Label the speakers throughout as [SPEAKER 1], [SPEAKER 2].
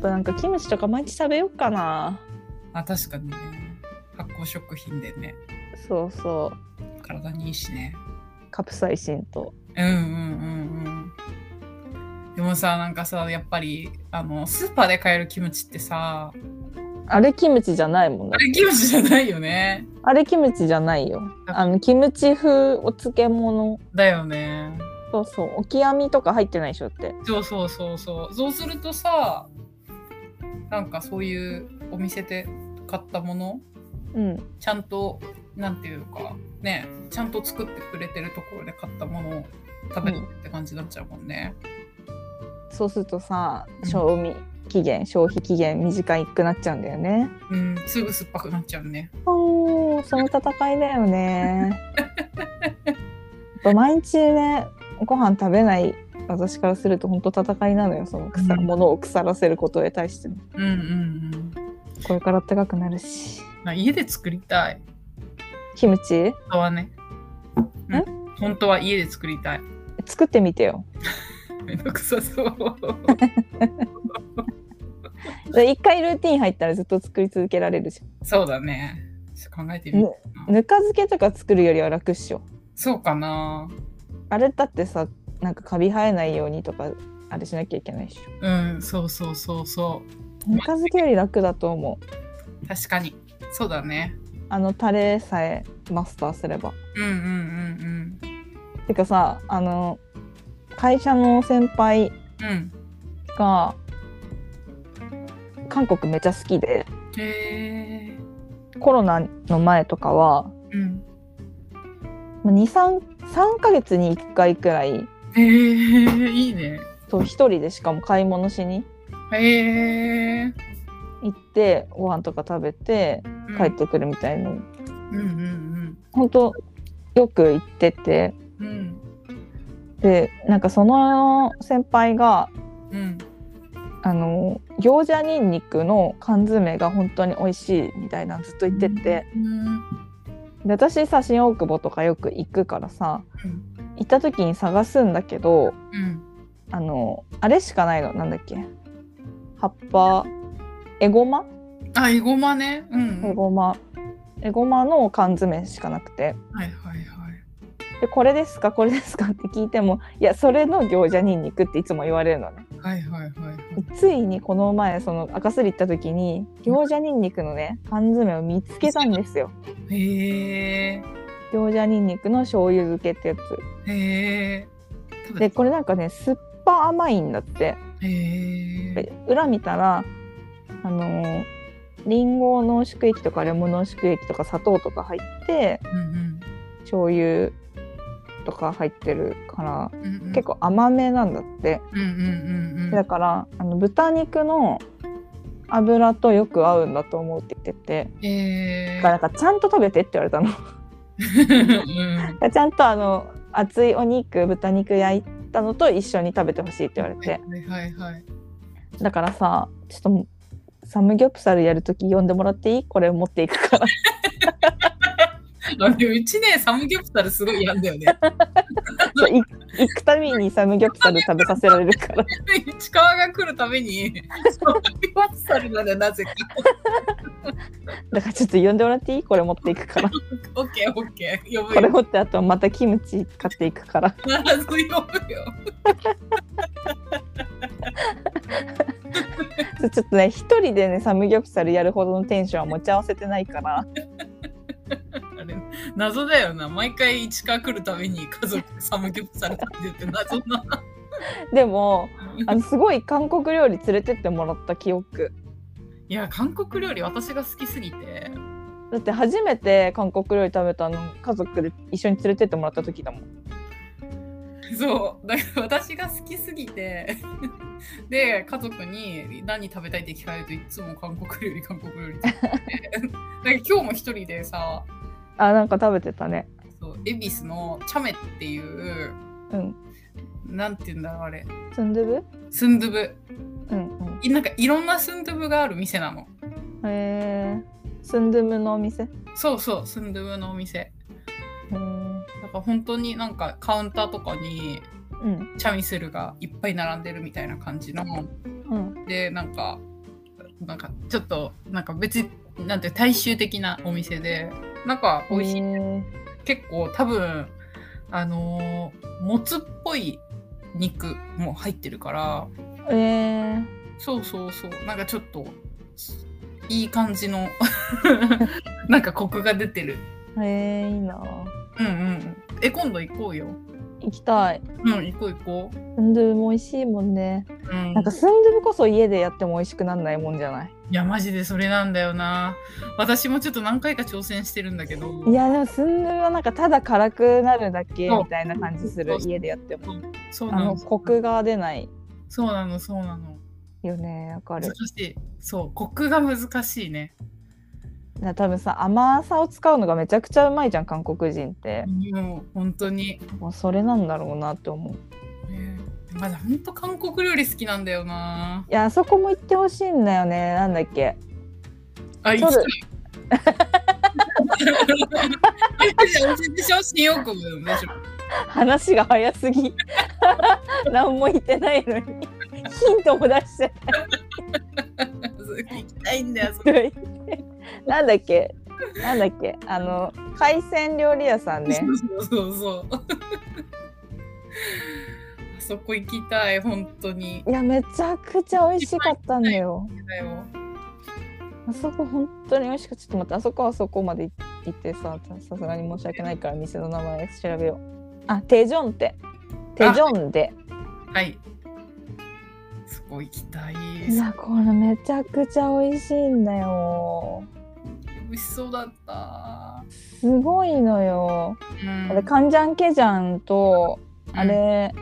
[SPEAKER 1] となんかキムチとか毎日食べようかな
[SPEAKER 2] あ確かにね発酵食品でね
[SPEAKER 1] そうそう
[SPEAKER 2] 体にいいしね
[SPEAKER 1] カプサイシンと
[SPEAKER 2] うんうんうんうんでもさなんかさやっぱりあのスーパーで買えるキムチってさ
[SPEAKER 1] あれキムチじゃないもん
[SPEAKER 2] あ
[SPEAKER 1] ね
[SPEAKER 2] れキムチじゃないよね
[SPEAKER 1] あれキムチじゃないよあのキムチ風お漬物
[SPEAKER 2] だよね
[SPEAKER 1] そうそうオキアミとか入ってないでしょって
[SPEAKER 2] そうそうそうそうそうするとさなんかそういうお店で買ったもの
[SPEAKER 1] うん
[SPEAKER 2] ちゃんとなんていうかねちゃんと作ってくれてるところで買ったものを食べるって感じになっちゃうもんね、
[SPEAKER 1] そうするとさ
[SPEAKER 2] うん
[SPEAKER 1] 賞味期限消費期限短くなっちゃうんだよね
[SPEAKER 2] うん、すぐ酸っぱくなっちゃうね
[SPEAKER 1] おーその戦いだよ ねやっぱ毎日ねご飯食べない私からすると本当戦いなのよその腐、
[SPEAKER 2] うん
[SPEAKER 1] 物を腐らせることへ対しての
[SPEAKER 2] うんうん
[SPEAKER 1] これから高くなるし
[SPEAKER 2] うんまあ家で作りたい
[SPEAKER 1] キムチ
[SPEAKER 2] 本当はねうん本当は家で作りたい
[SPEAKER 1] 作ってみてよ
[SPEAKER 2] めんどくさそう
[SPEAKER 1] で一回ルーティン入ったらずっと作り続けられるじ
[SPEAKER 2] そうだねちょっと考えてみようか
[SPEAKER 1] ゃん
[SPEAKER 2] な
[SPEAKER 1] ぬか漬けとか作るよりは楽っしょ
[SPEAKER 2] そうかな
[SPEAKER 1] あれだってさなんかカビ生えないようにとかあれしなきゃいけないでしょ
[SPEAKER 2] うんそうそうそうそ
[SPEAKER 1] ぬか漬けより楽だと思う
[SPEAKER 2] う確かにそうだね
[SPEAKER 1] あのタレさえマスターすれば
[SPEAKER 2] うんうんうん
[SPEAKER 1] てかさあの会社の先輩
[SPEAKER 2] うんうん
[SPEAKER 1] が韓国めちゃ好きで
[SPEAKER 2] へえ
[SPEAKER 1] コロナの前とかは
[SPEAKER 2] うん
[SPEAKER 1] 23 3ヶ月に1回くらい
[SPEAKER 2] へえいいね
[SPEAKER 1] そう一人でしかも買い物しに
[SPEAKER 2] へえ
[SPEAKER 1] 行ってご飯とか食べて
[SPEAKER 2] うん
[SPEAKER 1] 帰ってくるみたいな、
[SPEAKER 2] うんうん
[SPEAKER 1] ほんとよく行ってて
[SPEAKER 2] うんうん
[SPEAKER 1] でなんかその先輩が
[SPEAKER 2] うん
[SPEAKER 1] あの餃子ニンニクの缶詰が本当に美味しいみたいなのずっと言ってて。
[SPEAKER 2] うん
[SPEAKER 1] で私さ新大久保とかよく行くからさ、
[SPEAKER 2] うん
[SPEAKER 1] 行った時に探すんだけど
[SPEAKER 2] うん
[SPEAKER 1] あのあれしかないのなんだっけ葉っぱエゴマ
[SPEAKER 2] あエゴマねうん
[SPEAKER 1] エゴマエゴマの缶詰しかなくて
[SPEAKER 2] はいはいはい
[SPEAKER 1] でこれですかこれですかって聞いてもいやそれの餃子ニンニクっていつも言われるのね
[SPEAKER 2] はいはいはいはい
[SPEAKER 1] ついにこの前その赤すり行った時に餃子ニンニクのね缶詰を見つけたんですよ
[SPEAKER 2] へえ
[SPEAKER 1] 餃子ニンニクの醤油漬けってやつ
[SPEAKER 2] へえ食べ
[SPEAKER 1] でこれなんかね酸っぱ甘いんだって
[SPEAKER 2] へえ
[SPEAKER 1] で裏見たらあのーリンゴ濃縮液とかレモン濃縮液とか砂糖とか入って
[SPEAKER 2] うん
[SPEAKER 1] 醤油とか入ってるから
[SPEAKER 2] うんうんうん
[SPEAKER 1] 結構甘めなんだって
[SPEAKER 2] うんうんうんう
[SPEAKER 1] だ
[SPEAKER 2] ん
[SPEAKER 1] からあの豚肉の油とよく合うんだと思うって言ってて
[SPEAKER 2] へ
[SPEAKER 1] だ
[SPEAKER 2] え
[SPEAKER 1] からなんかちゃんと食べてって言われたの だか
[SPEAKER 2] うん
[SPEAKER 1] らちゃんとあの熱いお肉豚肉焼いたのと一緒に食べてほしいって言われて
[SPEAKER 2] はいはいはい
[SPEAKER 1] だからさちょっともうサムギョプサルやるとき呼んでもらっていいこれ持っていくから
[SPEAKER 2] あでもうちねサムギョプサルすごい嫌だよね
[SPEAKER 1] そうい行くたびにサムギョプサル食べさせられるから
[SPEAKER 2] 市川が来るためにサムギョプサルなんだよなぜか
[SPEAKER 1] だからちょっと呼んでもらっていいこれ持っていく から
[SPEAKER 2] オッケーオッケー呼ぶ
[SPEAKER 1] これ
[SPEAKER 2] よ
[SPEAKER 1] 持ってあとはまたキムチ買っていくから
[SPEAKER 2] 必ず呼ぶよ
[SPEAKER 1] そうちょっとね一人でねサムギョプサルやるほどのテンションは持ち合わせてないから
[SPEAKER 2] あれ謎だよな毎回市川来るために家族サムギョプサル食べてって謎な
[SPEAKER 1] で もあのすごい韓国料理連れてってもらった記憶
[SPEAKER 2] いや韓国料理私が好きすぎて
[SPEAKER 1] だって初めて韓国料理食べたの家族で一緒に連れてってもらった時だもん
[SPEAKER 2] そうだから私が好きすぎて で家族に何食べたいって聞かれるといつも韓国料理韓国料理って言って だから今日も一人でさ
[SPEAKER 1] あなんか食べてたね
[SPEAKER 2] そう恵比寿のチャメっていう
[SPEAKER 1] うん
[SPEAKER 2] なんて言うんだろうあれ
[SPEAKER 1] スンドゥブ
[SPEAKER 2] スンドゥブ
[SPEAKER 1] うん
[SPEAKER 2] いなんかいろんなスンドゥブがある店なの
[SPEAKER 1] うんへえスンドゥブのお店へ
[SPEAKER 2] そうそうスンドゥブのお店
[SPEAKER 1] え
[SPEAKER 2] だから本当になんかカウンターとかに
[SPEAKER 1] うん
[SPEAKER 2] チャミスルがいっぱい並んでるみたいな感じの
[SPEAKER 1] うん
[SPEAKER 2] でなんかなんかちょっとなんか別なんていう大衆的なお店でなんか美味しい、
[SPEAKER 1] へ
[SPEAKER 2] 結構多分あのーもつっぽい肉も入ってるから
[SPEAKER 1] ええ
[SPEAKER 2] そうそうそうなんかちょっといい感じの なんかコクが出てる
[SPEAKER 1] ええいいな
[SPEAKER 2] うんうんうんえ今度行こうよ
[SPEAKER 1] 行きたい
[SPEAKER 2] うん行こう行こう
[SPEAKER 1] スンドゥブも美味しいもんね、
[SPEAKER 2] うん
[SPEAKER 1] なんかスンドゥブこそ家でやっても美味しくなんないもんじゃない
[SPEAKER 2] いやマジでそれなんだよな私もちょっと何回か挑戦してるんだけど
[SPEAKER 1] いやでもスンドゥブはなんかただ辛くなるだけ
[SPEAKER 2] そう
[SPEAKER 1] みたいな感じする
[SPEAKER 2] そう
[SPEAKER 1] 家でやっても
[SPEAKER 2] そう
[SPEAKER 1] あ
[SPEAKER 2] な
[SPEAKER 1] の
[SPEAKER 2] の
[SPEAKER 1] コクが出ない
[SPEAKER 2] そうなのそうなの
[SPEAKER 1] よねわかる
[SPEAKER 2] 難しいそうコクが難しいね
[SPEAKER 1] だから多分さ甘さを使うのがめちゃくちゃうまいじゃん韓国人って
[SPEAKER 2] もう本当に、
[SPEAKER 1] もうそれなんだろうなって思う
[SPEAKER 2] えー、まだ本当韓国料理好きなんだよない
[SPEAKER 1] やあそこも行ってほしいんだよねなんだっけ
[SPEAKER 2] あいつ
[SPEAKER 1] ソル
[SPEAKER 2] お店でしょ新大久保でしょ
[SPEAKER 1] 話が早すぎ 何も言ってないのにヒントも出して
[SPEAKER 2] 行きたいんだよそれ
[SPEAKER 1] ないなんだっけなんだっけあの海鮮料理屋さんね
[SPEAKER 2] そうそうそうそうあそこ行きたい本当に
[SPEAKER 1] いやめちゃくちゃ美味しかったんだよ
[SPEAKER 2] だよ
[SPEAKER 1] あそこ本当に美味しかったちょっと待ってあそこはそこまで行ってささすがに申し訳ないから店の名前調べようあテジョンテテジョンで
[SPEAKER 2] はいそこ行きたい
[SPEAKER 1] いやこれめちゃくちゃ美味しいんだよ
[SPEAKER 2] 美味しそうだった
[SPEAKER 1] すごいのよ
[SPEAKER 2] うん
[SPEAKER 1] あれカンジャンケジャンと
[SPEAKER 2] うん
[SPEAKER 1] あれ、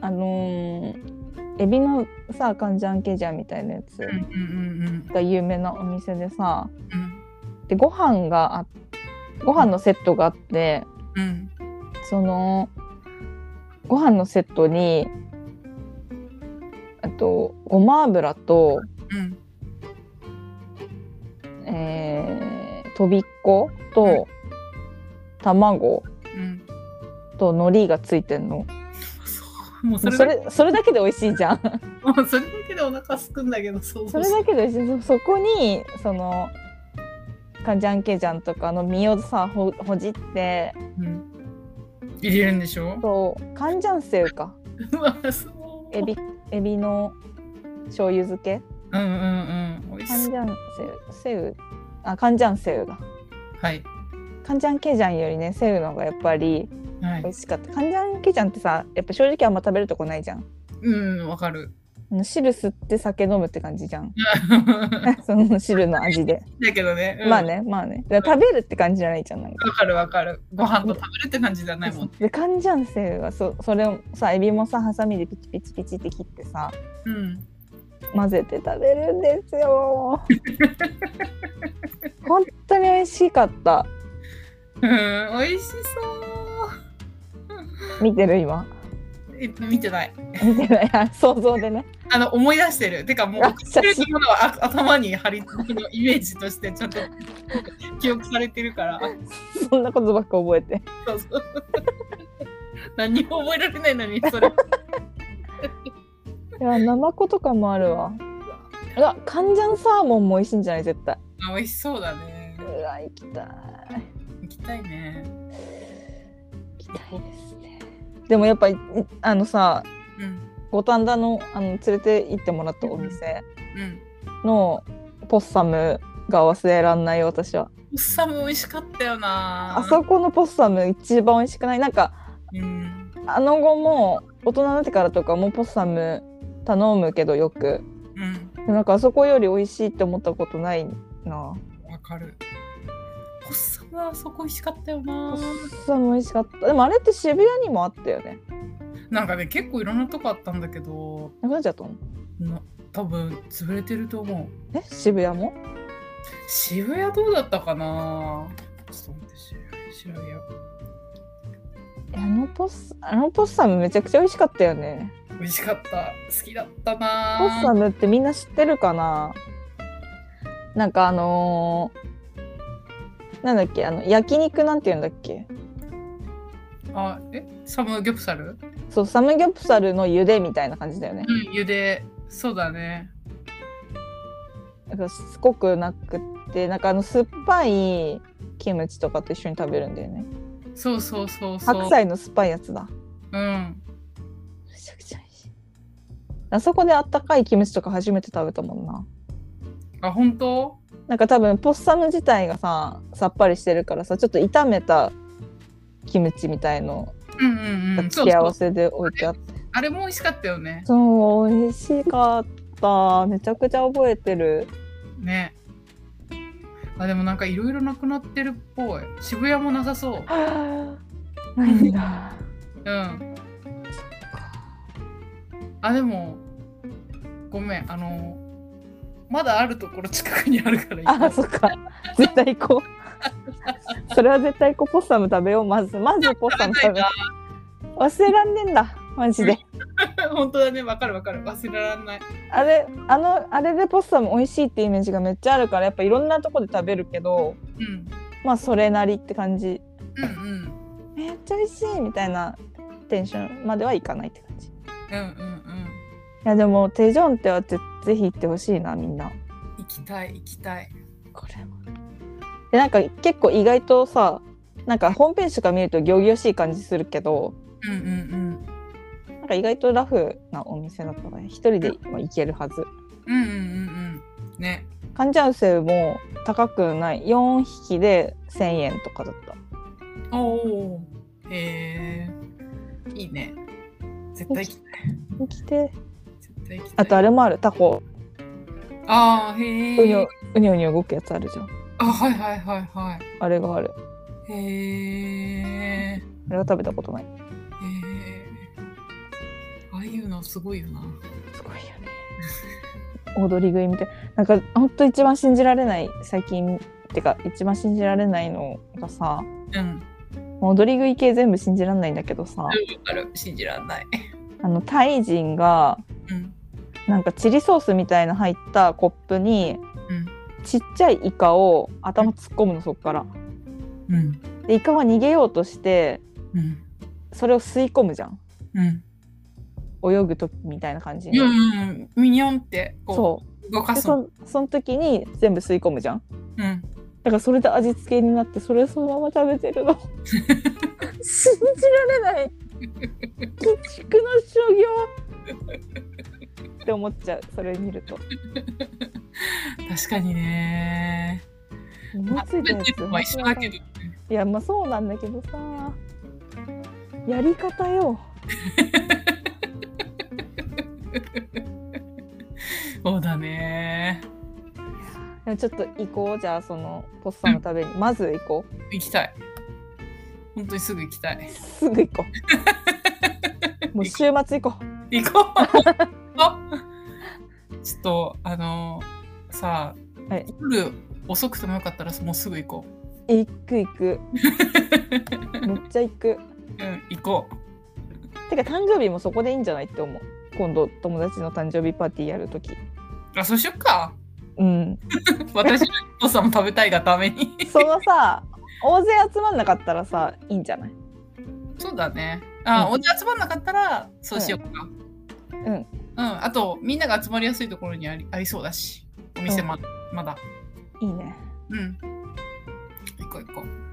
[SPEAKER 1] あのーエビのさカンジャンケジャンみたいなやつ
[SPEAKER 2] うんうんうん
[SPEAKER 1] が有名なお店でさ
[SPEAKER 2] うん
[SPEAKER 1] でご飯があご飯のセットがあって
[SPEAKER 2] うん
[SPEAKER 1] そのご飯のセットにあとごま油と、
[SPEAKER 2] うん
[SPEAKER 1] えー、とびっこと卵
[SPEAKER 2] うん
[SPEAKER 1] と海苔がついてんの
[SPEAKER 2] そうもうそれ
[SPEAKER 1] それそれだけで美味しいじゃん
[SPEAKER 2] もうそれだけでお腹すくんだけどそう
[SPEAKER 1] それだけでそそこにそのカンジャンケジャンとかの実をさほほじって
[SPEAKER 2] うん、入れるんでし ょ
[SPEAKER 1] そうカンジャンセウか
[SPEAKER 2] うわそう
[SPEAKER 1] エビエビの醤油漬け
[SPEAKER 2] うんうんうん美味
[SPEAKER 1] カン
[SPEAKER 2] し
[SPEAKER 1] ジ
[SPEAKER 2] そ
[SPEAKER 1] ャ
[SPEAKER 2] う
[SPEAKER 1] ンセウセウあカンジャンセウが
[SPEAKER 2] はい
[SPEAKER 1] カンジャンケジャンよりねセウの方がやっぱり
[SPEAKER 2] は
[SPEAKER 1] 美
[SPEAKER 2] い
[SPEAKER 1] 味しかったカンジャンケジャンってさやっぱ正直あんま食べるとこないじゃん
[SPEAKER 2] うんわか る
[SPEAKER 1] あの汁吸って酒飲むって感じじゃん
[SPEAKER 2] だ
[SPEAKER 1] その汁の味で、
[SPEAKER 2] けどね、 うん
[SPEAKER 1] まあねまあねだから食べるって感じじゃないじゃんなんか
[SPEAKER 2] わかるわかるご飯と食べるって感じじゃないもん
[SPEAKER 1] でカンジャンセウはそそれをさエビもさハサミでピチピチピチって切ってさ
[SPEAKER 2] うん
[SPEAKER 1] 混ぜて食べるんです よ本当に美味しかった
[SPEAKER 2] うん美味しそう
[SPEAKER 1] 見てる今
[SPEAKER 2] え見てない
[SPEAKER 1] 見てないあ想像でね
[SPEAKER 2] あの思い出してるてかもう
[SPEAKER 1] あ
[SPEAKER 2] 食
[SPEAKER 1] 写
[SPEAKER 2] べる
[SPEAKER 1] 真
[SPEAKER 2] ものはあ頭に張り付くのイメージとしてちょっと記憶されてるから
[SPEAKER 1] そんなことばっか覚えて
[SPEAKER 2] そうそう何も覚えられないのにそれ
[SPEAKER 1] いやナマコとかもあるわうわカンジャンサーモンも美味しいんじゃない絶対
[SPEAKER 2] あ美味しそうだね
[SPEAKER 1] うわ行きたい
[SPEAKER 2] 行きたいね
[SPEAKER 1] 行きたいですねでもやっぱいあのさ
[SPEAKER 2] うん
[SPEAKER 1] 五反田のあの連れて行ってもらったお店
[SPEAKER 2] うん
[SPEAKER 1] のポッサムが忘れらんないよ私は
[SPEAKER 2] おっさんも美味しかったよな
[SPEAKER 1] あそこのポッサム一番美味しくないなんか
[SPEAKER 2] うん
[SPEAKER 1] あの後も大人になってからとかもポッサム頼むけどよく
[SPEAKER 2] うん
[SPEAKER 1] でなんかあそこより美味しいって思ったことないな
[SPEAKER 2] わかるおっさんはあそこ美味しかったよ
[SPEAKER 1] ポ
[SPEAKER 2] な
[SPEAKER 1] ッサム美味しかったでもあれって渋谷にもあったよね
[SPEAKER 2] なんかね結構いろんなとこあったんだけど
[SPEAKER 1] なくなっちゃったの
[SPEAKER 2] の多分潰れてると思う
[SPEAKER 1] え渋谷も
[SPEAKER 2] 渋谷どうだったかなちょっと待って渋谷調べよう
[SPEAKER 1] えあのポッサあのポッサムめちゃくちゃ美味しかったよね
[SPEAKER 2] 美味しかった好きだった
[SPEAKER 1] ポ
[SPEAKER 2] な
[SPEAKER 1] ッサムってみんな知ってるかななんかあのーなんだっけあの焼肉なんて言うんだっけ
[SPEAKER 2] あえサムギョプサル
[SPEAKER 1] そうサムギョプサルの茹でみたいな感じだよね
[SPEAKER 2] うん、茹で、そうだね。
[SPEAKER 1] なんかしつこくなくってなんかあの酸っぱいキムチとかと一緒に食べるんだよね
[SPEAKER 2] そうそうそうそう。
[SPEAKER 1] 白菜の酸っぱいやつだ
[SPEAKER 2] うん。
[SPEAKER 1] めちゃくちゃ美味しいあそこであったかいキムチとか初めて食べたもんな
[SPEAKER 2] あ、本当
[SPEAKER 1] なんか多分ポッサム自体がささっぱりしてるからさちょっと炒めたキムチみたいの
[SPEAKER 2] うんうんうん。そ
[SPEAKER 1] 付
[SPEAKER 2] う
[SPEAKER 1] け合
[SPEAKER 2] そ
[SPEAKER 1] わ
[SPEAKER 2] う。
[SPEAKER 1] せで置いてあって
[SPEAKER 2] あれも美味しかったよね。
[SPEAKER 1] そう美味しかっためちゃくちゃ覚えて る
[SPEAKER 2] ね。あ、でもなんかいろいろなくなってるっぽい。渋谷もなさそう。
[SPEAKER 1] はあないんだ
[SPEAKER 2] うん。あ、でも、ごめん、あの、まだあるところ近くにあるから行こ
[SPEAKER 1] あ
[SPEAKER 2] う
[SPEAKER 1] そっか絶対行こうそ れは絶対行こうポッサム食べようまずまずポッサム食べよう忘れらんねえんだマジで
[SPEAKER 2] 本当だね、わかるわかる。忘れられない。
[SPEAKER 1] あれあのあれでポッサム美味しいってイメージがめっちゃあるからやっぱいろんなとこで食べるけど
[SPEAKER 2] うん。
[SPEAKER 1] まあそれなりって感じ
[SPEAKER 2] うんうん。
[SPEAKER 1] めっちゃ美味しいみたいなテンションまではいかないって感じい
[SPEAKER 2] うんうんうん。
[SPEAKER 1] やでもテジョンテはぜぜひ行ってほしいなみんな
[SPEAKER 2] 行きたい、行きたい。
[SPEAKER 1] これはでなんか結構意外とさなんかホームページとか見ると仰々しい感じするけど
[SPEAKER 2] うんうんうん。
[SPEAKER 1] なんか意外とラフなお店だったから一人でも行けるはず
[SPEAKER 2] うんうんうんうん。ね。
[SPEAKER 1] カンジャンセウも高くない4匹で1,000円とかだった
[SPEAKER 2] おお。へえー。いいね。絶対行きたい。
[SPEAKER 1] 来て
[SPEAKER 2] 絶対行きた
[SPEAKER 1] あ
[SPEAKER 2] い。
[SPEAKER 1] とあれもあるタコ
[SPEAKER 2] あー
[SPEAKER 1] う
[SPEAKER 2] へ
[SPEAKER 1] に
[SPEAKER 2] え
[SPEAKER 1] ょ。うにょうにょ動くやつあるじゃん
[SPEAKER 2] あ、はいはいはいは
[SPEAKER 1] あれがある
[SPEAKER 2] い。へえー。へえ
[SPEAKER 1] あれは食べたことない
[SPEAKER 2] ああいうのすごいよな。
[SPEAKER 1] すごいよね踊り食いみたいなんかほんと一番信じられない最近ってか一番信じられないのがさ
[SPEAKER 2] うん。
[SPEAKER 1] 踊り食い系全部信じられないんだけどさ
[SPEAKER 2] わかる。信じらんない。
[SPEAKER 1] あのタイ人が
[SPEAKER 2] うん。
[SPEAKER 1] なんかチリソースみたいな入ったコップに
[SPEAKER 2] うん。
[SPEAKER 1] ちっちゃいイカを頭突っ込むのそっから。
[SPEAKER 2] うん。
[SPEAKER 1] でイカは逃げようとして
[SPEAKER 2] うん。
[SPEAKER 1] それを吸い込むじゃん
[SPEAKER 2] うん。
[SPEAKER 1] 泳ぐ時みたいな感じに。
[SPEAKER 2] うん。ミニョンって、こ、
[SPEAKER 1] そう
[SPEAKER 2] 動
[SPEAKER 1] う
[SPEAKER 2] か
[SPEAKER 1] ですそ
[SPEAKER 2] の。
[SPEAKER 1] んその時に全部吸い込むじゃん
[SPEAKER 2] うん。
[SPEAKER 1] だからそれで味付けになってそれをそのまま食べてるの信じられない鬼畜の所業って思っちゃうそれ見ると
[SPEAKER 2] 確かにね。
[SPEAKER 1] 思いついたやつ
[SPEAKER 2] まあ一緒だけど。
[SPEAKER 1] いやまあそうなんだけどさやり方よ
[SPEAKER 2] そうだね。
[SPEAKER 1] でもちょっと行こうじゃあそのポッサム食べに、まず行こ。
[SPEAKER 2] 行きたい。本当にすぐ行きたいう
[SPEAKER 1] すぐ行こ うもう週末行こう
[SPEAKER 2] 行こうちょっと、あのさあ、
[SPEAKER 1] はい
[SPEAKER 2] 夜遅くてもよかったらもうすぐ行こ
[SPEAKER 1] 行く行くめっちゃ行く
[SPEAKER 2] う。うん、行こう。
[SPEAKER 1] てか誕生日もそこでいいんじゃないって思う今度友達の誕生日パーティーやるとき
[SPEAKER 2] あ、そうしよっか。
[SPEAKER 1] うん
[SPEAKER 2] 私のお父さんも食べたいがために。
[SPEAKER 1] そのさ大勢集まんなかったらさいいんじゃない
[SPEAKER 2] そうだね。あ、
[SPEAKER 1] うん
[SPEAKER 2] お茶集まんなかったら、そうしようか。
[SPEAKER 1] ん
[SPEAKER 2] うん。あと、みんなが集まりやすいところにありありそうだし、お店ま,、まだ。
[SPEAKER 1] いいね
[SPEAKER 2] うん。行こう行こう。